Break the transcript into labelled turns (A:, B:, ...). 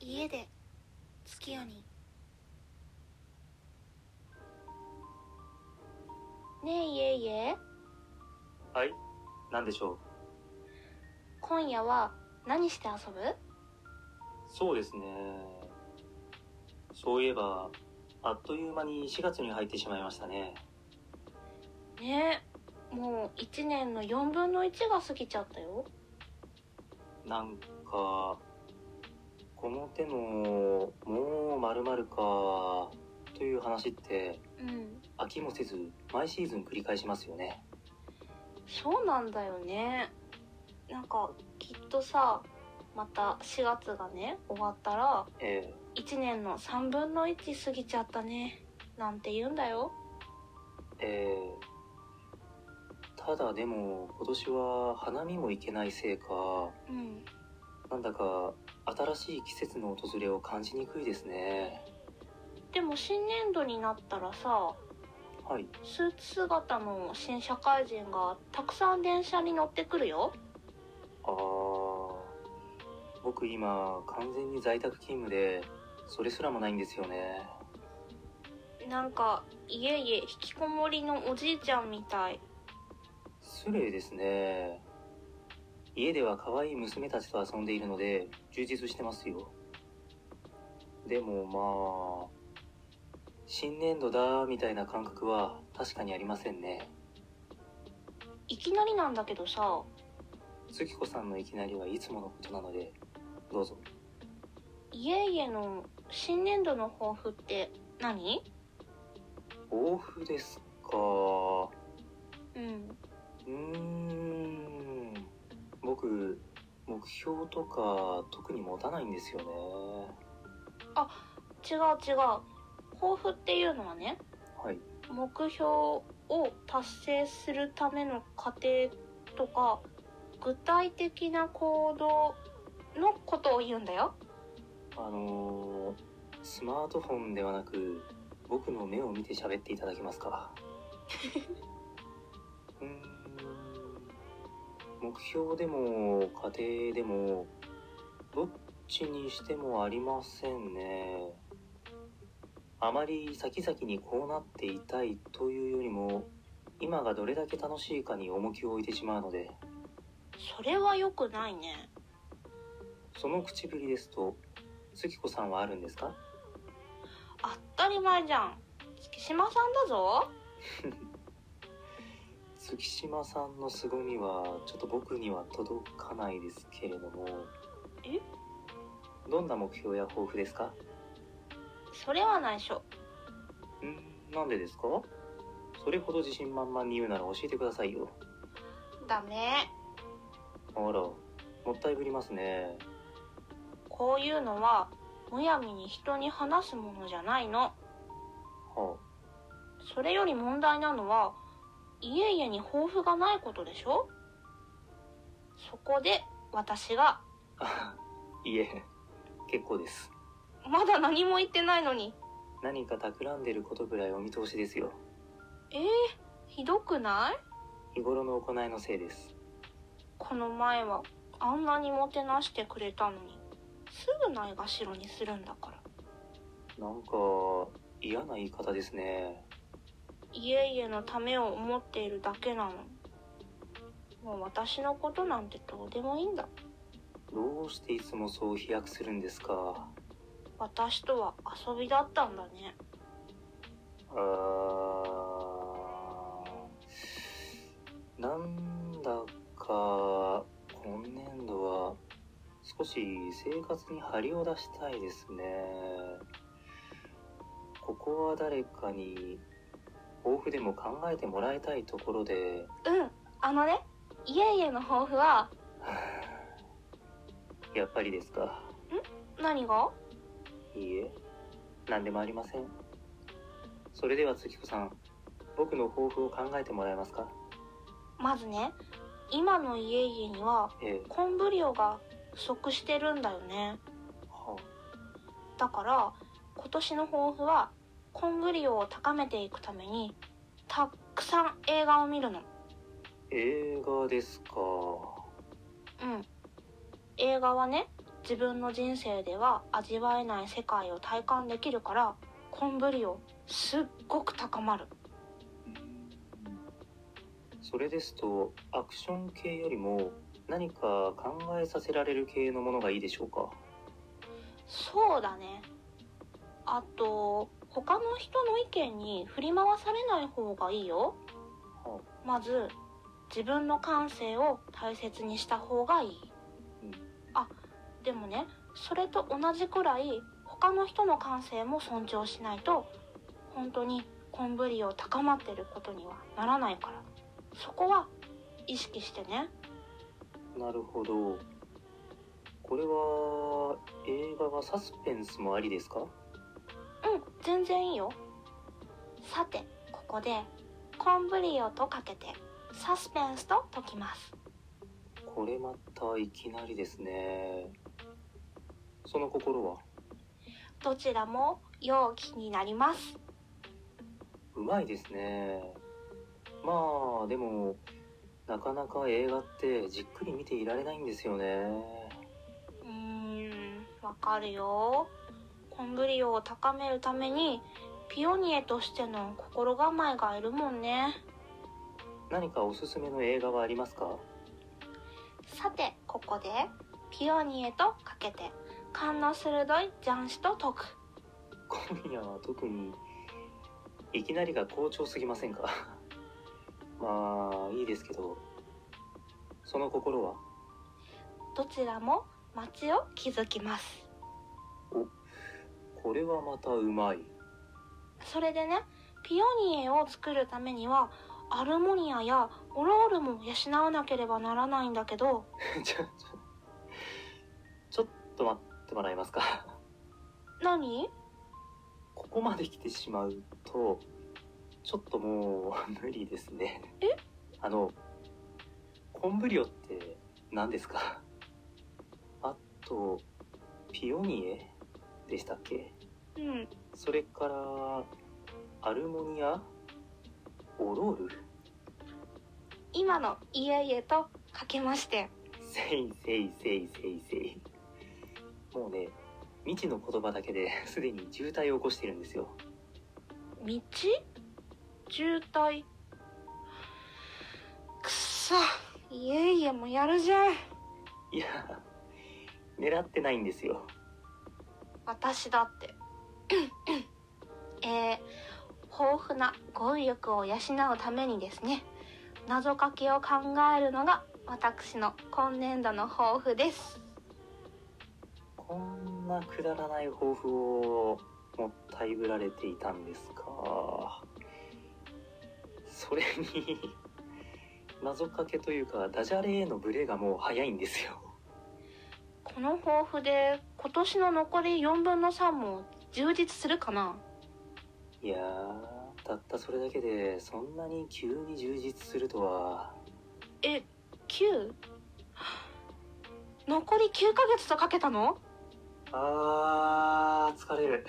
A: 家で月夜にねえいえいえ
B: はい何でしょう
A: 今夜は何して遊ぶ
B: そうですねそういえばあっという間に4月に入ってしまいましたね
A: ねえもう1年の4分の1が過ぎちゃったよ
B: なんかこの手ももう丸々かという話って
A: うん
B: 飽きもせず毎シーズン繰り返しますよね
A: そうなんだよねなんかきっとさまた4月がね終わったら
B: ええ
A: 1年の3分の1過ぎちゃったねなんて言うんだよ
B: ええただでも今年は花見も行けないせいか
A: うん
B: なんだか新しい季節の訪れを感じにくいですね
A: でも新年度になったらさ
B: はい
A: スーツ姿の新社会人がたくさん電車に乗ってくるよ
B: あー僕今完全に在宅勤務でそれすらもないんですよね
A: なんかいえいえ引きこもりのおじいちゃんみたい
B: 失礼ですね家では可愛い娘たちと遊んでいるので充実してますよでもまあ新年度だみたいな感覚は確かにありませんね
A: いきなりなんだけどさ
B: 月子さんのいきなりはいつものことなのでどうぞ
A: いえいえの新年度の抱負って何
B: 抱負ですか
A: うん
B: うーん僕目標とか特に持たないんですよね
A: 違う違う抱負っていうのはね
B: はい
A: 目標を達成するための過程とか具体的な行動のことを言うんだよ
B: あのースマートフォンではなく僕の目を見て喋っていただけますかうーん目標でも家庭でもどっちにしてもありませんねあまり先々にこうなっていたいというよりも今がどれだけ楽しいかに重きを置いてしまうので
A: それは良くないね
B: その口ぶりですと月子さんはあるんですか
A: 当たり前じゃん月島さんだぞ
B: 月島さんの凄みはちょっと僕には届かないですけれども
A: え
B: どんな目標や抱負ですか
A: それは内緒
B: んなんでですかそれほど自信満々に言うなら教えてくださいよ
A: ダメ
B: あらもったいぶりますね
A: こういうのはむやみに人に話すものじゃないの
B: は
A: それより問題なのは家々に抱負がないことでしょそこで私が
B: あ いえ結構です
A: まだ何も言ってないのに
B: 何か企んでることぐらいお見通しですよ
A: えー、ひどくない
B: 日頃の行いのせいです
A: この前はあんなにもてなしてくれたのにすぐないがしろにするんだから
B: なんか嫌な言い方ですね
A: 家々のためを思っているだけなのもう私のことなんてどうでもいいんだ
B: どうしていつもそう飛躍するんですか
A: 私とは遊びだったんだね
B: あーなんだか今年度は少し生活に張りを出したいですねここは誰かに抱負でも考えてもらいたいところで
A: うんあのね家々の抱負は
B: やっぱりですか
A: 何が
B: いいえ何でもありませんそれでは月子さん僕の抱負を考えてもらえますか
A: まずね今の家々には
B: ええ
A: 昆布量が不足してるんだよね
B: はあ
A: だから今年の抱負は昆布量を高めていくためにたっくさん映画を見るの
B: 映画ですか
A: うん映画はね自分の人生では味わえない世界を体感できるから昆ぶりをすっごく高まる
B: それですとアクション系よりも何か考えさせられる系のものがいいでしょうか
A: そうだねあと他の人の意見に振り回されない方がいいよ
B: は
A: まず自分の感性を大切にした方がいい、
B: うん
A: あでもねそれと同じくらい他の人の感性も尊重しないと本当にコンブリを高まってることにはならないからそこは意識してね
B: なるほどこれは映画はサスペンスもありですか
A: うん全然いいよさてここでコンブリオとかけてサスペンスと解きます
B: これまたいきなりですねその心は
A: どちらも容器になります
B: うまいですねまあでもなかなか映画ってじっくり見ていられないんですよね
A: うーんわかるよコンブリオを高めるためにピオニエとしての心構えがいるもんね
B: 何かおすすめの映画はありますか
A: さてここでピオニエとかけて勘の鋭い雀士と解く
B: 今夜は特にいきなりが好調すぎませんか まあいいですけどその心は
A: どちらも街を築きます
B: これはまたうまい
A: それでねピオニエを作るためにはアルモニアやオロールも養わなければならないんだけど
B: ちょちょちょっと待ってもらえますか
A: 何
B: ここまで来てしまうとちょっともう無理ですね
A: え
B: あのコンブリオって何ですかあとピオニエでしたっけ
A: うん
B: それからアルモニアオロール
A: 今の「いえいえ」とかけまして
B: せいせいせいせいせいもうね未知の言葉だけです でに渋滞を起こしてるんですよ
A: 道渋滞くっそいえいえもやるじゃん
B: いや狙ってないんですよ
A: 私だってえー、豊富な語彙力を養うためにですね謎かけを考えるのが私の今年度の抱負です
B: こんなくだらない抱負をもったいぶられていたんですかそれに 謎かけというかダジャレへのブレがもう早いんですよ
A: この抱負で今年の残り4分の3も充実するかない
B: やーたったそれだけでそんなに急に充実するとは
A: え 9? 残り9ヶ月とかけたの
B: あー疲れる